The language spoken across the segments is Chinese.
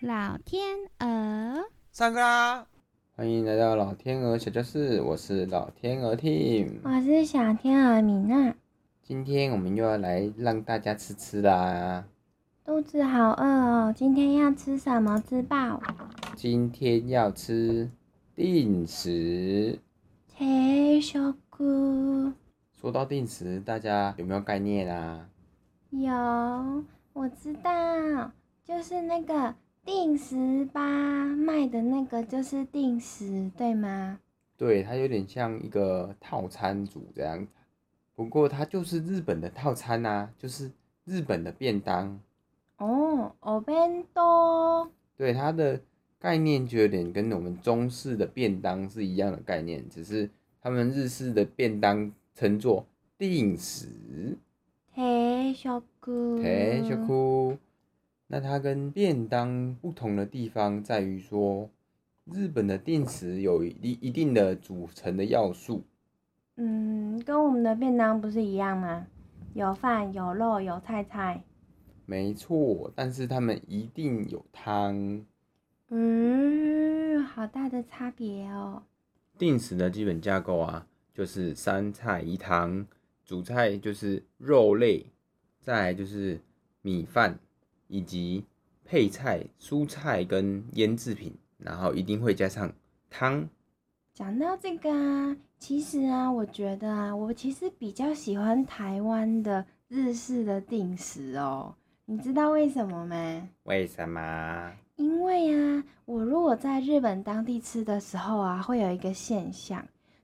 老天鹅，上课啦！欢迎来到老天鹅小教室，我是老天鹅 Team。我是小天鹅米娜，今天我们又要来让大家吃吃啦。肚子好饿哦，今天要吃什么吃爆？今天要吃定时。切小菇说到定时，大家有没有概念啊？有，我知道，就是那个定时吧卖的那个就是定时，对吗？对，它有点像一个套餐组这样子，不过它就是日本的套餐啊，就是日本的便当。哦，お弁当，对，它的概念就有点跟我们中式的便当是一样的概念，只是他们日式的便当称作定时。切小菇，嘿，嗯小哭。那它跟便当不同的地方在于说，日本的定时有一一定的组成的要素，嗯，跟我们的便当不是一样吗？有饭有肉有菜菜，没错，但是他们一定有汤。嗯，好大的差别哦。定时的基本架构啊，就是三菜一汤，主菜就是肉类，再来就是米饭，以及配菜、蔬菜跟腌制品，然后一定会加上汤。讲到这个啊，其实啊，我觉得啊，我其实比较喜欢台湾的日式的定时哦。你知道为什么吗？为什么？因为啊，我如果在日本当地吃的时候啊，会有一个现象，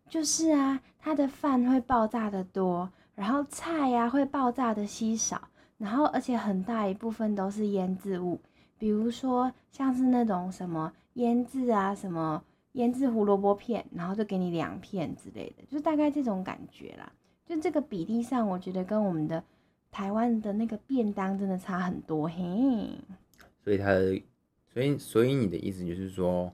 就是啊，它的饭会爆炸的多，然后菜呀、啊、会爆炸的稀少，然后而且很大一部分都是腌制物，比如说像是那种什么腌制啊，什么腌制胡萝卜片，然后就给你两片之类的，就大概这种感觉啦。就这个比例上，我觉得跟我们的台湾的那个便当真的差很多嘿。所以它的，所以所以你的意思就是说，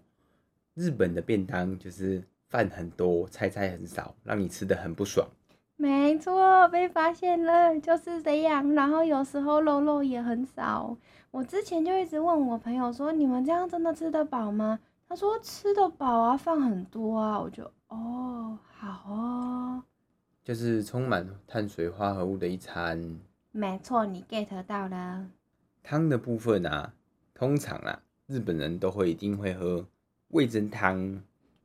日本的便当就是饭很多，菜菜很少，让你吃的很不爽。没错，被发现了就是这样。然后有时候肉肉也很少。我之前就一直问我朋友说：“你们这样真的吃得饱吗？”他说：“吃得饱啊，饭很多啊。”我就哦，好哦，就是充满碳水化合物的一餐。没错，你 get 到了。汤的部分啊，通常啊，日本人都会一定会喝味噌汤。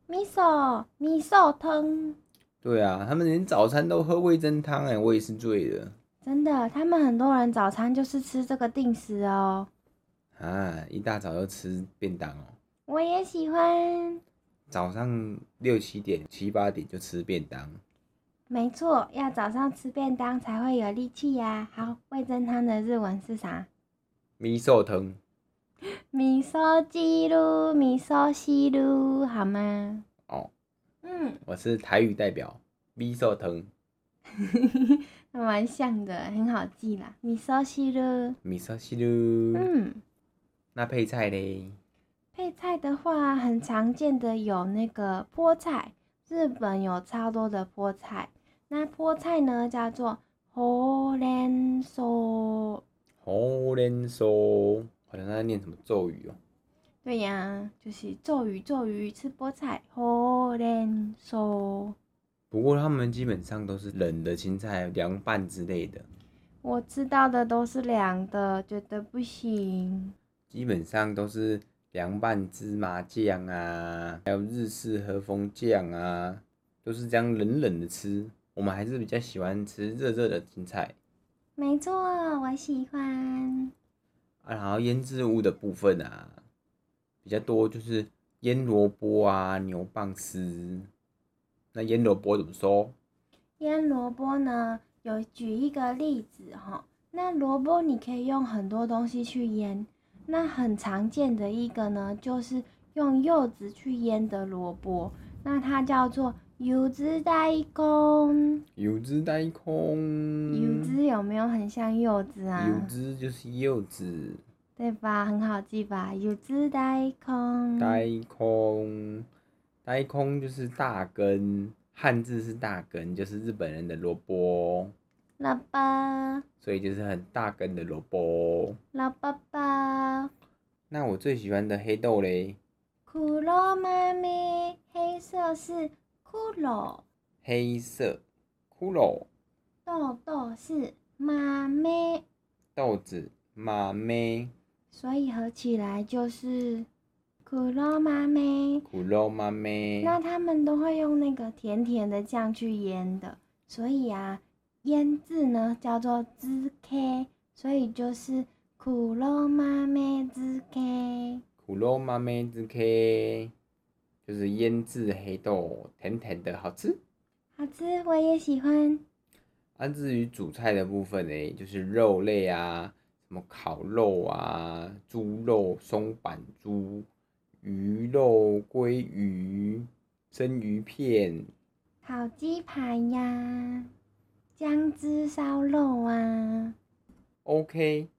米索米索汤，对啊，他们连早餐都喝味噌汤哎、我也是醉了真的，他们很多人早餐就是吃这个定时哦。啊！一大早就吃便当哦，我也喜欢。早上六七点、七八点就吃便当。没错，要早上吃便当才会有力气呀、好，味噌汤的日文是啥？米寿汤，米烧鸡噜，米烧西噜，好吗？哦，嗯，我是台语代表，米寿汤，蛮像的，很好记啦。米烧西噜，米寿西噜。嗯，那配菜嘞？配菜的话，很常见的有那个菠菜，日本有超多的菠菜。那菠菜呢，叫做ほうれん草。红莲酥，好像在念什么咒语哦。对呀、就是咒语，咒语吃菠菜，ほうれん草。不过他们基本上都是冷的青菜、凉拌之类的，我吃到的都是凉的，觉得不行。基本上都是凉拌芝麻酱啊，还有日式和风酱啊，都是这样冷冷的吃。我们还是比较喜欢吃热热的青菜没错，我喜欢。啊。然后腌制物的部分啊，比较多就是腌萝卜啊、牛蒡丝。那腌萝卜怎么说？腌萝卜呢，有举一个例子哈，那萝卜你可以用很多东西去腌，那很常见的一个呢，就是用柚子去腌的萝卜，那它叫做柚子大根。柚子大空，柚子有没有很像柚子啊？柚子就是柚子，对吧？很好记吧？柚子大根。呆空，呆空就是大根，汉字是大根，就是日本人的萝卜，老爸，所以就是很大根的萝卜。老爸爸，那我最喜欢的黑豆嘞，骷髅妈咪，黑色是骷髅，黑色骷髅豆豆是妈咪，豆子马妹所以合起来就是骷髅妈咪。骷髅马妹，那他们都会用那个甜甜的酱去腌的，所以啊，腌制呢叫做滋 K，所以就是苦肉妈咪滋 K。骷髅马妹之 K，就是腌制黑豆，甜甜的好吃。好吃，我也喜欢。啊，至于主菜的部分呢，就是肉类啊，什么烤肉啊、猪肉、松板猪、鱼肉、鲑鱼、生鱼片、烤鸡排呀，姜汁烧肉啊， OK，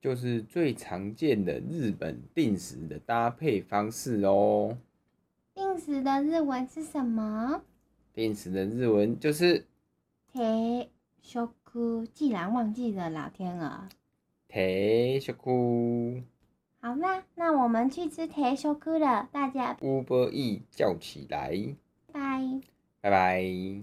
就是最常见的日本定食的搭配方式哦。定时的日文是什么？定食的日文就是铁修库，既然忘记了，老天鹅。铁小库好啦，那我们去吃铁修库了，大家 Uber E 叫起来，拜拜。拜拜。